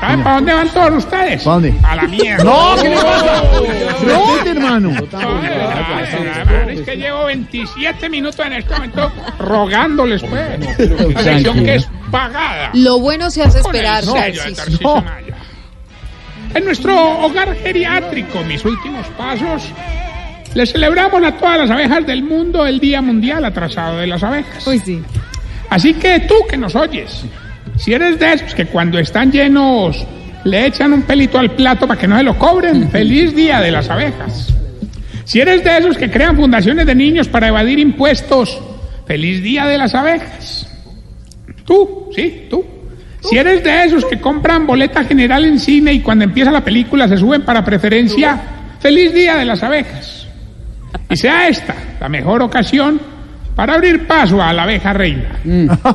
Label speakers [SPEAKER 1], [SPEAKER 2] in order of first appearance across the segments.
[SPEAKER 1] ¿Saben para dónde van todos ustedes?
[SPEAKER 2] ¿Para dónde?
[SPEAKER 1] A la mierda.
[SPEAKER 2] ¿qué le pasa? Respete, hermano.
[SPEAKER 1] Ah,
[SPEAKER 2] pues,
[SPEAKER 1] hermano, Es que llevo 27 minutos en este momento rogándoles, pues. Una sección que es pagada.
[SPEAKER 3] Lo bueno se hace
[SPEAKER 1] con el
[SPEAKER 3] esperar.
[SPEAKER 1] sello de
[SPEAKER 3] Tarcisio.
[SPEAKER 1] Tarcisio Maya. En nuestro hogar geriátrico, mis últimos pasos, le celebramos a todas las abejas del mundo el Día Mundial Atrasado de las Abejas.
[SPEAKER 3] Uy, sí.
[SPEAKER 1] Así que tú que nos oyes, si eres de esos que cuando están llenos le echan un pelito al plato para que no se lo cobren, feliz día de las abejas. Si eres de esos que crean fundaciones de niños para evadir impuestos, feliz día de las abejas. Tú, sí, tú. Si eres de esos que compran boleta general en cine y cuando empieza la película se suben para preferencia, feliz día de las abejas. Y sea esta la mejor ocasión para abrir paso a la abeja reina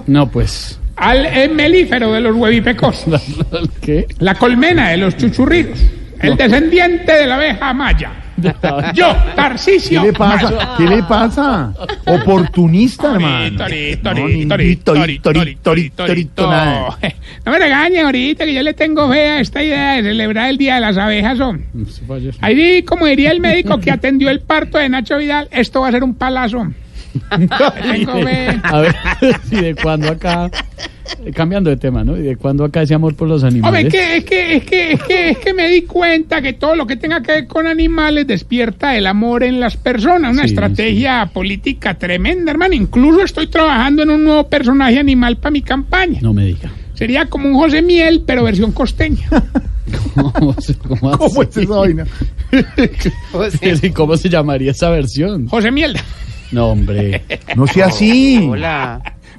[SPEAKER 4] No, pues.
[SPEAKER 1] al melífero de los huevipecos,
[SPEAKER 4] ¿Qué?
[SPEAKER 1] la colmena de los chuchurridos, el descendiente de la abeja maya. Yo, Tarcisio.
[SPEAKER 2] ¿Qué le pasa? ¿Qué le pasa? Oportunista, hermano.
[SPEAKER 1] Tori,
[SPEAKER 2] No,
[SPEAKER 1] tori,
[SPEAKER 2] ni-
[SPEAKER 1] tori,
[SPEAKER 2] ni-
[SPEAKER 1] tori, tori, tori, tori,
[SPEAKER 2] nada.
[SPEAKER 1] No me regañen ahorita que yo le tengo fe a esta idea de celebrar el Día de las Abejas. hombre. Ahí, como diría el médico que atendió el parto de Nacho Vidal, esto va a ser un palazo. Tengo fe.
[SPEAKER 4] A ver, ¿y de cuándo acá? eh, Cambiando de tema, ¿no? ¿Y de cuándo acá ese amor por los
[SPEAKER 1] Hombre, es
[SPEAKER 4] animales?
[SPEAKER 1] que, es, que, es, que, es, que, es que me di cuenta que todo lo que tenga que ver con animales despierta el amor en las personas. Una
[SPEAKER 4] Sí,
[SPEAKER 1] estrategia política tremenda, hermano. Incluso estoy trabajando en un nuevo personaje animal para mi campaña.
[SPEAKER 4] No me diga.
[SPEAKER 1] Sería como un José Miel, pero versión costeña.
[SPEAKER 4] ¿Cómo, se- cómo
[SPEAKER 2] ¿Cómo es
[SPEAKER 4] así?
[SPEAKER 2] esa vaina?
[SPEAKER 4] ¿Y ¿Cómo se llamaría esa versión?
[SPEAKER 1] José Miel.
[SPEAKER 4] No, hombre.
[SPEAKER 2] No sea así. Tú
[SPEAKER 1] Bueno,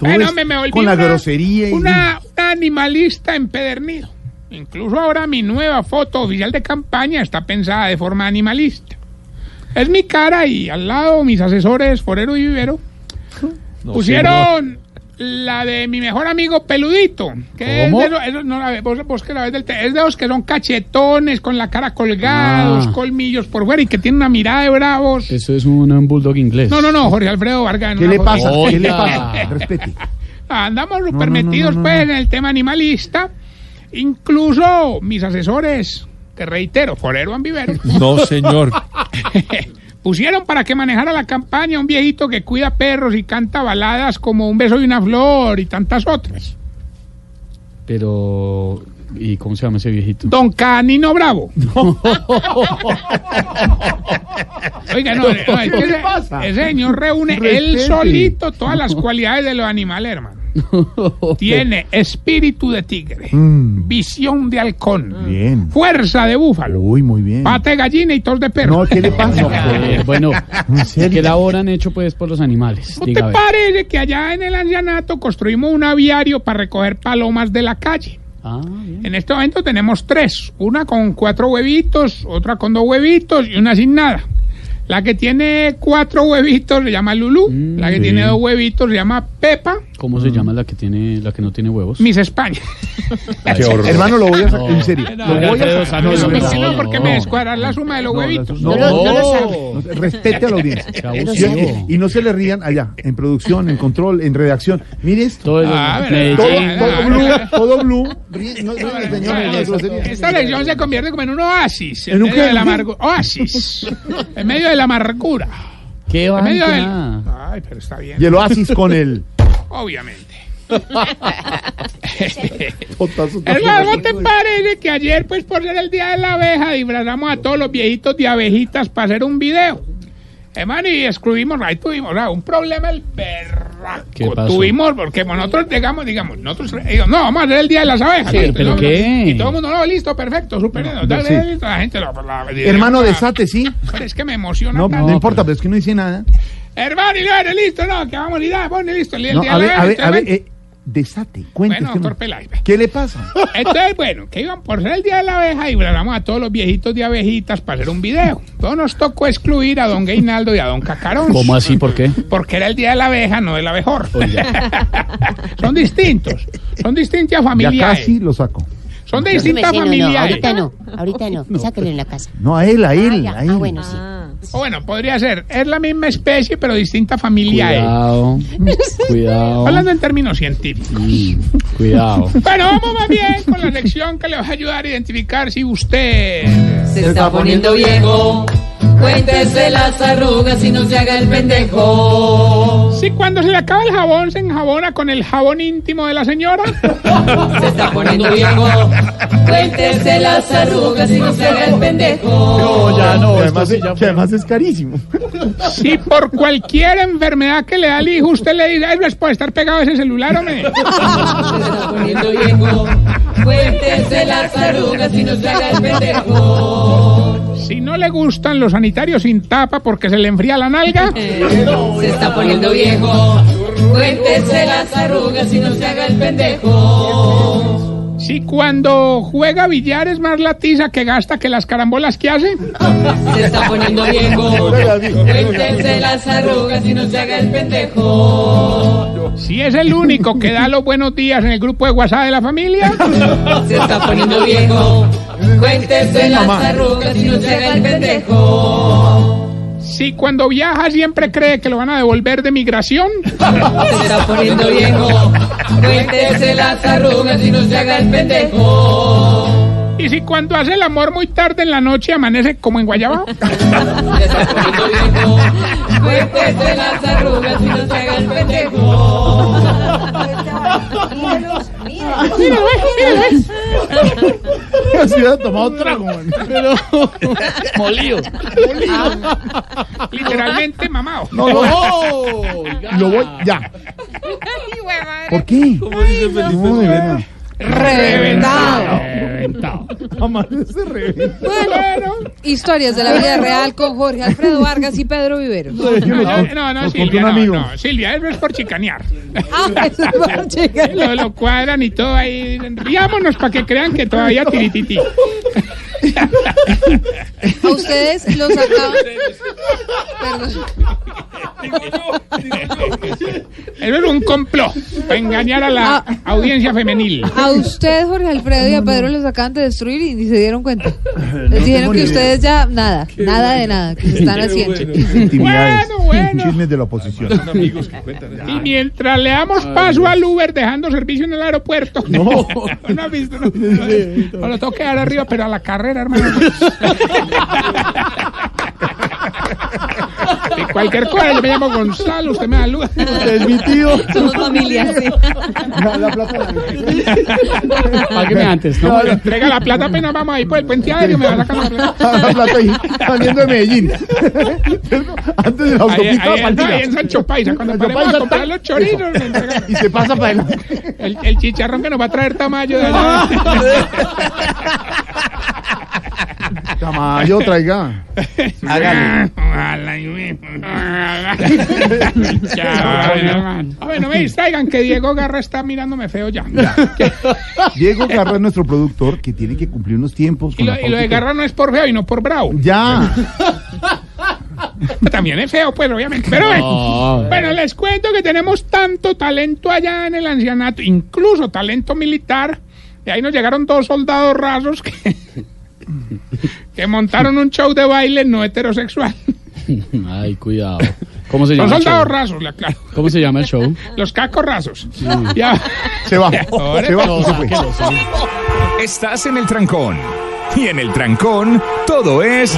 [SPEAKER 2] ves
[SPEAKER 1] me- me volví
[SPEAKER 2] con la
[SPEAKER 1] una-
[SPEAKER 2] grosería y...
[SPEAKER 1] Una, una animalista empedernido. Incluso ahora mi nueva foto oficial de campaña está pensada de forma animalista. Es mi cara y al lado mis asesores Forero y Vivero pusieron la de mi mejor amigo Peludito. Que es
[SPEAKER 4] ¿Cómo?
[SPEAKER 1] de esos- esos- no la ve- vos- vos que la ves del te- es de los que son cachetones con la cara colgados,
[SPEAKER 4] Ah.
[SPEAKER 1] colmillos por fuera y que tienen una mirada de bravos.
[SPEAKER 4] Eso es un, un bulldog inglés.
[SPEAKER 1] No, no, no, Jorge Alfredo Vargas. en
[SPEAKER 2] ¿Qué
[SPEAKER 1] una
[SPEAKER 2] le
[SPEAKER 1] foto.
[SPEAKER 2] pasa? ¿Qué le
[SPEAKER 4] Oiga.
[SPEAKER 2] pasa? Respete.
[SPEAKER 1] Andamos súper metidos pues en el tema animalista. Incluso mis asesores, que reitero, Forero Ambivero,
[SPEAKER 5] No, señor.
[SPEAKER 1] pusieron para que manejara la campaña un viejito que cuida perros y canta baladas como Un beso y una flor y tantas otras.
[SPEAKER 4] Pero. ¿Y cómo se llama ese viejito?
[SPEAKER 1] Don Canino Bravo. Oiga, no, no, es que
[SPEAKER 2] ¿Qué
[SPEAKER 1] ese-
[SPEAKER 2] pasa?
[SPEAKER 1] ese señor reúne él
[SPEAKER 2] Respete.
[SPEAKER 1] solito todas las cualidades de los animales, hermano. Tiene espíritu de tigre,
[SPEAKER 2] Mm,
[SPEAKER 1] visión de halcón,
[SPEAKER 2] Bien.
[SPEAKER 1] fuerza de búfalo,
[SPEAKER 2] Uy, muy bien.
[SPEAKER 4] Ah.
[SPEAKER 1] pata de gallina y tos de perro.
[SPEAKER 2] No, ¿qué le pasa?
[SPEAKER 4] Eh, bueno,
[SPEAKER 2] ¿En
[SPEAKER 4] ¿qué
[SPEAKER 2] serio?
[SPEAKER 4] labor han hecho pues por los animales?
[SPEAKER 1] ¿No te
[SPEAKER 4] Diga, a ver.
[SPEAKER 1] parece que allá en el ancianato construimos un aviario para recoger palomas de la calle?
[SPEAKER 4] Ah, bien.
[SPEAKER 1] En este momento tenemos tres, una con cuatro huevitos, otra con dos huevitos y una sin nada. La que tiene cuatro huevitos se llama Lulu, la que
[SPEAKER 2] sí.
[SPEAKER 1] tiene dos huevitos se llama Pepa,
[SPEAKER 4] ¿Cómo se llama la que tiene, la que no tiene huevos?
[SPEAKER 1] Miss España.
[SPEAKER 5] Qué horror.
[SPEAKER 2] Hermano, lo voy a sacar. En serio. Lo voy a sacar.
[SPEAKER 4] No,
[SPEAKER 1] Eso
[SPEAKER 4] no,
[SPEAKER 1] pues,
[SPEAKER 4] no,
[SPEAKER 1] no, porque me
[SPEAKER 4] no.
[SPEAKER 1] descuadran la suma de los huevitos.
[SPEAKER 2] No,
[SPEAKER 3] lo- no lo
[SPEAKER 2] no, respete a la audiencia.
[SPEAKER 4] Qué abusivo.
[SPEAKER 2] Y, y no se le rían allá, en producción, en control, en redacción. Mire esto.
[SPEAKER 4] Todo eso.
[SPEAKER 1] Ah, bueno.
[SPEAKER 4] Medellín.
[SPEAKER 2] Todo,
[SPEAKER 1] Ah,
[SPEAKER 2] todo
[SPEAKER 1] ah,
[SPEAKER 2] blue,
[SPEAKER 1] ah.
[SPEAKER 2] todo blue. Ríe- no, no, no, señor, no,
[SPEAKER 1] Bueno,
[SPEAKER 2] grosería.
[SPEAKER 1] Esta lección se convierte como en un oasis. En,
[SPEAKER 2] ¿En un
[SPEAKER 1] medio
[SPEAKER 2] qué?
[SPEAKER 1] de la amargu- Oasis. en medio de la amargura.
[SPEAKER 4] ¿Qué va?
[SPEAKER 1] En medio
[SPEAKER 4] qué
[SPEAKER 1] del-
[SPEAKER 4] nada.
[SPEAKER 1] Ay, pero está bien.
[SPEAKER 2] Y el oasis con el...
[SPEAKER 1] Obviamente.
[SPEAKER 2] totazo.
[SPEAKER 1] Hermano, ¿te parece que ayer, pues por ser el día de la abeja, disfrazamos a todos los viejitos de abejitas para hacer un video? Hermano, y excluimos, ahí tuvimos ah, un problema el berraco.
[SPEAKER 4] ¿Qué pasó?
[SPEAKER 1] Tuvimos, porque nosotros digamos, digamos, nosotros, ellos, no, vamos a hacer el día de las abejas.
[SPEAKER 4] Sí,
[SPEAKER 1] Listo,
[SPEAKER 4] ¿pero
[SPEAKER 1] y todo-
[SPEAKER 4] qué?
[SPEAKER 1] Y todo el mundo, no, listo, perfecto, súper bien, dale,
[SPEAKER 2] sí.
[SPEAKER 1] listo, la gente lo- la-
[SPEAKER 2] Hermano,
[SPEAKER 1] la-
[SPEAKER 2] desate, ¿sí?
[SPEAKER 1] Pero es que me emociona
[SPEAKER 2] No,
[SPEAKER 1] tanto.
[SPEAKER 2] no importa, pero es que no dice nada.
[SPEAKER 1] Hermano, y bueno, listo, no, que vamos a ir, bueno, listo, el día
[SPEAKER 2] No,
[SPEAKER 1] de
[SPEAKER 2] a
[SPEAKER 1] la
[SPEAKER 2] ver, a
[SPEAKER 1] abeja.
[SPEAKER 2] ver, a ver,
[SPEAKER 1] tremendo.
[SPEAKER 2] eh, desate.
[SPEAKER 1] Bueno,
[SPEAKER 2] Cuente. este man.
[SPEAKER 1] doctor Peláez.
[SPEAKER 2] ¿Qué le pasa?
[SPEAKER 1] Entonces, bueno, que iban por ser el día de la abeja y blanamos a todos los viejitos de abejitas para hacer un video. Entonces nos tocó excluir a don Gainaldo y a don Cacarón.
[SPEAKER 4] ¿Cómo así? ¿Por qué?
[SPEAKER 1] Porque era el día de la abeja, no del abejor. son distintos. Son distintas
[SPEAKER 2] Ya
[SPEAKER 1] familias.
[SPEAKER 2] casi lo saco.
[SPEAKER 1] Son de
[SPEAKER 3] Discúlpeme,
[SPEAKER 1] distintas
[SPEAKER 3] sí, no, no,
[SPEAKER 1] familias.
[SPEAKER 3] ahorita no, ahorita no, sáquelo en la casa.
[SPEAKER 2] No, a él, a él,
[SPEAKER 3] ya.
[SPEAKER 2] a él.
[SPEAKER 3] Ah, bueno, sí.
[SPEAKER 1] O bueno, podría ser. Es la misma especie, pero distinta familia.
[SPEAKER 4] Cuidado. Cuidado.
[SPEAKER 1] Hablando en términos científicos.
[SPEAKER 4] Mm, Cuidado.
[SPEAKER 1] Bueno, vamos más bien con la lección que le va a ayudar a identificar si usted...
[SPEAKER 6] Se está poniendo viejo. Cuéntese las arrugas y no se haga el pendejo.
[SPEAKER 1] Si cuando se le acaba el jabón, se enjabona con el jabón íntimo de la señora.
[SPEAKER 6] Se está poniendo viejo. Cuéntese las arrugas y no se haga el pendejo.
[SPEAKER 4] No, ya no.
[SPEAKER 2] Que además, que además es carísimo.
[SPEAKER 1] Si por cualquier enfermedad que le da al hijo, usted le dice, ay, pues puede estar pegado a ese celular, hombre.
[SPEAKER 6] Se está poniendo viejo. Cuéntese las arrugas y no se haga el pendejo.
[SPEAKER 1] Si no le gustan los sanitarios sin tapa porque se le enfría la nalga.
[SPEAKER 6] Se está poniendo viejo. Cuéntese las arrugas y no se haga el pendejo.
[SPEAKER 1] Si cuando juega billar es más la tiza que gasta que las carambolas que hace.
[SPEAKER 6] Se está poniendo viejo. Cuéntese las arrugas y no se haga el pendejo.
[SPEAKER 1] Si es el único que da los buenos días en el grupo de WhatsApp de la familia.
[SPEAKER 6] Se está poniendo viejo. Cuéntese las arrugas y no se haga el pendejo.
[SPEAKER 1] Si cuando viaja siempre cree que lo van a devolver de migración.
[SPEAKER 6] Se está poniendo viejo. Cuéntese las arrugas y no se haga el pendejo.
[SPEAKER 1] Y si cuando hace el amor muy tarde en la noche amanece como en Guayabao.
[SPEAKER 6] Se está poniendo viejo. Cuéntese las arrugas y no se haga el pendejo.
[SPEAKER 1] Míralo, eh, míralo, eh.
[SPEAKER 2] Se hubiera tomado trago, man. Pero
[SPEAKER 4] Molido.
[SPEAKER 1] Literalmente mamado.
[SPEAKER 2] no lo, lo voy. Ya. ¿Por qué? No, de verdad.
[SPEAKER 1] Eh,
[SPEAKER 2] Amanece reventado.
[SPEAKER 1] Bueno,
[SPEAKER 7] Historias de la vida real con Jorge Alfredo Vargas y Pedro Viveros.
[SPEAKER 1] no, no, no,
[SPEAKER 2] Nos contó
[SPEAKER 1] Silvia,
[SPEAKER 2] un
[SPEAKER 1] no,
[SPEAKER 2] amigo.
[SPEAKER 1] no, Silvia, eso es por chicanear.
[SPEAKER 7] Ah, eso es para llegar.
[SPEAKER 1] Lo, lo cuadran y todo ahí. dicen, Riámonos para que crean que todavía tirititi.
[SPEAKER 7] A ustedes los acaban. Perdón.
[SPEAKER 1] Eso es un complot para engañar a la
[SPEAKER 7] Ah.
[SPEAKER 1] audiencia femenil.
[SPEAKER 7] A usted, Jorge Alfredo y a Pedro los acaban de destruir y ni se dieron cuenta. Les dijeron que ustedes ya nada, nada de nada, que se están haciendo.
[SPEAKER 2] Intimidades.
[SPEAKER 1] Bueno, bueno.
[SPEAKER 2] Chismes de la oposición.
[SPEAKER 1] Y mientras le damos paso al Uber dejando servicio en el aeropuerto. No, no has visto. No, no, no. Bueno, tengo que dar arriba, pero a la carrera, hermano. De cualquier cosa, yo me llamo Gonzalo, usted me da luz.
[SPEAKER 2] Es mi tío.
[SPEAKER 7] Somos familia. sí.
[SPEAKER 2] La, la plata.
[SPEAKER 4] Págueme antes, ¿no?
[SPEAKER 2] Claro.
[SPEAKER 1] Entrega la plata, apenas vamos ahí por el puente aéreo, me va a sacar la plata.
[SPEAKER 2] La plata ahí, saliendo de Medellín. Antes de la
[SPEAKER 1] Ahí,
[SPEAKER 2] autopista
[SPEAKER 1] ahí, no,
[SPEAKER 2] Palmira.
[SPEAKER 1] ahí en Sancho Paisa, cuando
[SPEAKER 2] Sancho
[SPEAKER 1] paremos a
[SPEAKER 2] Paisa,
[SPEAKER 1] comprar
[SPEAKER 2] tal.
[SPEAKER 1] los chorizos, me entregan
[SPEAKER 2] Y se pasa para adelante.
[SPEAKER 1] el, el chicharrón que nos va a traer Tamayo de allá.
[SPEAKER 2] Tamayo, traiga.
[SPEAKER 1] Ojalá y me- ojalá. Chaval. A ver, no Ah, me distraigan que Diego Garra está mirándome feo ya.
[SPEAKER 2] Diego Garra es nuestro productor que tiene que cumplir unos tiempos.
[SPEAKER 1] Y
[SPEAKER 2] con
[SPEAKER 1] lo,
[SPEAKER 2] la
[SPEAKER 1] y lo de
[SPEAKER 2] pauta.
[SPEAKER 1] Garra no es por feo y no por bravo.
[SPEAKER 2] Ya.
[SPEAKER 1] También es feo, pues, obviamente. Pero bueno, bueno, les cuento que tenemos tanto talento allá en el ancianato, incluso talento militar. Y ahí nos llegaron dos soldados rasos que, que montaron un show de baile no heterosexual.
[SPEAKER 4] Ay, cuidado. ¿Cómo se
[SPEAKER 1] Son
[SPEAKER 4] llama el show?
[SPEAKER 1] soldados rasos, le aclaro.
[SPEAKER 4] ¿Cómo se llama el show?
[SPEAKER 1] Los cacos rasos. Ya.
[SPEAKER 2] Se va.
[SPEAKER 1] Ahora
[SPEAKER 2] Se va. Se fue.
[SPEAKER 8] Estás en el trancón. Y en el trancón, todo es.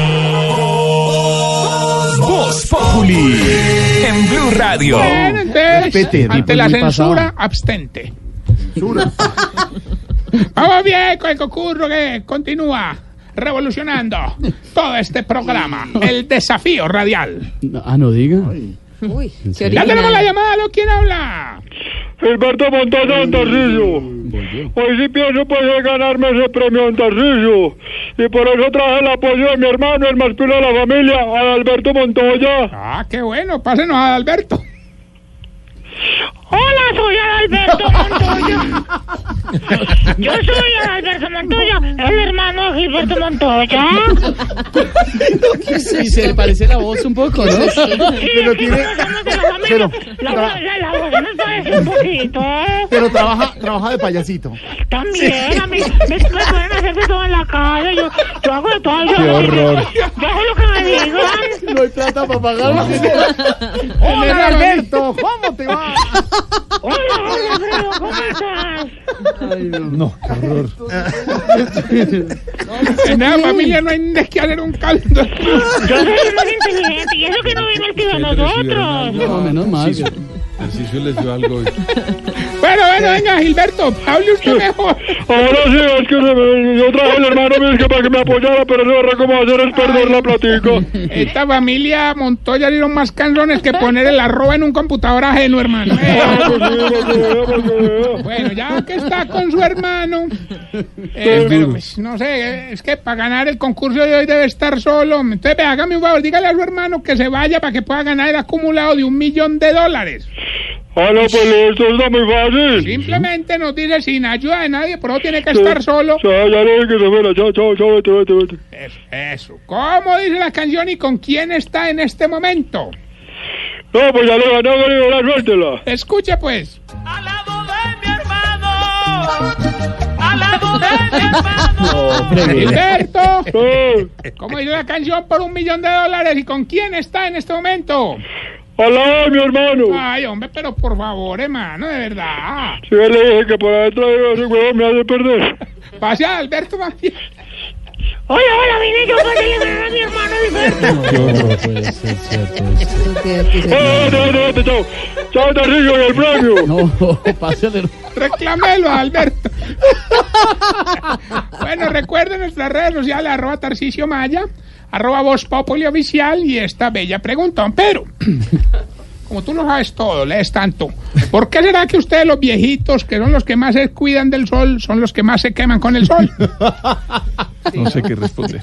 [SPEAKER 8] Voz Populi. En Blue Radio.
[SPEAKER 1] Bueno, entonces,
[SPEAKER 2] Respete,
[SPEAKER 1] ante
[SPEAKER 2] Ripoll,
[SPEAKER 1] la
[SPEAKER 4] muy pasado.
[SPEAKER 1] censura, abstente. Vamos bien con el concurso que continúa revolucionando todo este programa. El desafío radial.
[SPEAKER 4] No, ah, no diga.
[SPEAKER 7] Uy, qué
[SPEAKER 1] Ya tenemos la
[SPEAKER 7] original.
[SPEAKER 1] llamada, ¿lo quién habla?
[SPEAKER 9] Gilberto Montoya Antarrillo. Hoy sí pienso poder ganarme ese premio Antarrillo. Y por eso traje el apoyo de mi hermano, el más pilo de la familia, Adalberto Montoya.
[SPEAKER 1] Ah, qué bueno, pásenos a Alberto.
[SPEAKER 6] Hola, soy Adalberto Montoya. Yo soy Adalberto Montoya, el hermano de Gilberto Montoya.
[SPEAKER 4] Y se le parece la voz un poco, ¿no?
[SPEAKER 6] Pero tiene... Pero... La, voz- la, la voz nos parece un poquito.
[SPEAKER 2] Pero trabaja, trabaja de payasito.
[SPEAKER 6] También, a mí me, me pueden hacer de todo en la calle. Yo, yo hago de todo. Yo,
[SPEAKER 2] Qué horror.
[SPEAKER 6] Yo hago lo que me digan.
[SPEAKER 2] No hay plata para pagar.
[SPEAKER 6] Hola,
[SPEAKER 2] Hola, Alberto, ¿cómo te va?
[SPEAKER 6] Hola, hola, Alfredo, ¿cómo estás?
[SPEAKER 2] No, qué horror.
[SPEAKER 1] En esa familia no hay nada que hacer un caldo.
[SPEAKER 6] Yo soy el más inteligente y eso que no vino el tío de nosotros.
[SPEAKER 4] No, menos mal.
[SPEAKER 10] Tarcisio les dio algo. hoy.
[SPEAKER 1] Bueno, bueno, venga, Gilberto, hable usted mejor.
[SPEAKER 7] Ahora sí, es que se me- yo traje al hermano mío es que para que me apoyara, pero se barra como hacer es perder la platica.
[SPEAKER 1] Esta familia Montoya dieron más canzones que poner el arroba en un computador ajeno, hermano. Eh. Bueno, ya que está con su hermano, eh, pero pues, no sé, eh, es que para ganar el concurso de hoy debe estar solo. Entonces, ve, hágame un favor, dígale a su hermano que se vaya para que pueda ganar el acumulado de un millón de dólares.
[SPEAKER 7] Ah, no, pues esto está muy fácil.
[SPEAKER 1] Simplemente nos dice sin ayuda de nadie, por eso tiene que
[SPEAKER 7] Sí.
[SPEAKER 1] estar solo.
[SPEAKER 7] Ya, ya le dije que se fuera. Chao, chao, chao, vete, vete, vete.
[SPEAKER 1] Eso. ¿Cómo dice la canción y con quién está en este momento?
[SPEAKER 7] No, pues ya lo gané, gané, ahora suéltela.
[SPEAKER 1] Escucha pues. Gilberto, ¿cómo dice la canción por un millón de dólares y con quién está en este momento?
[SPEAKER 7] Hola, mi hermano.
[SPEAKER 6] Ah.
[SPEAKER 1] Ay, hombre, pero por favor, hermano, de verdad.
[SPEAKER 7] Si yo le dije que por adentro de ese huevo me hace perder.
[SPEAKER 1] Pase a Alberto Mafia.
[SPEAKER 6] Hola, hola, vine yo para celebrar a mi hermano Alberto.
[SPEAKER 4] Qué horror puede ser cierto.
[SPEAKER 7] Ah, no, no, vete, chao. Chao, Tarrillo, y el premio.
[SPEAKER 4] No, pásale.
[SPEAKER 1] Reclamelo a Alberto. bueno, recuerden nuestras redes sociales, arroba Tarcicio Maya, arroba Voz Populi Oficial y esta bella pregunta, don Pedro. Como tú no sabes todo, lees tanto. ¿Por qué será que ustedes los viejitos, que son los que más se cuidan del sol, son los que más se queman con el sol?
[SPEAKER 10] No sé qué responder.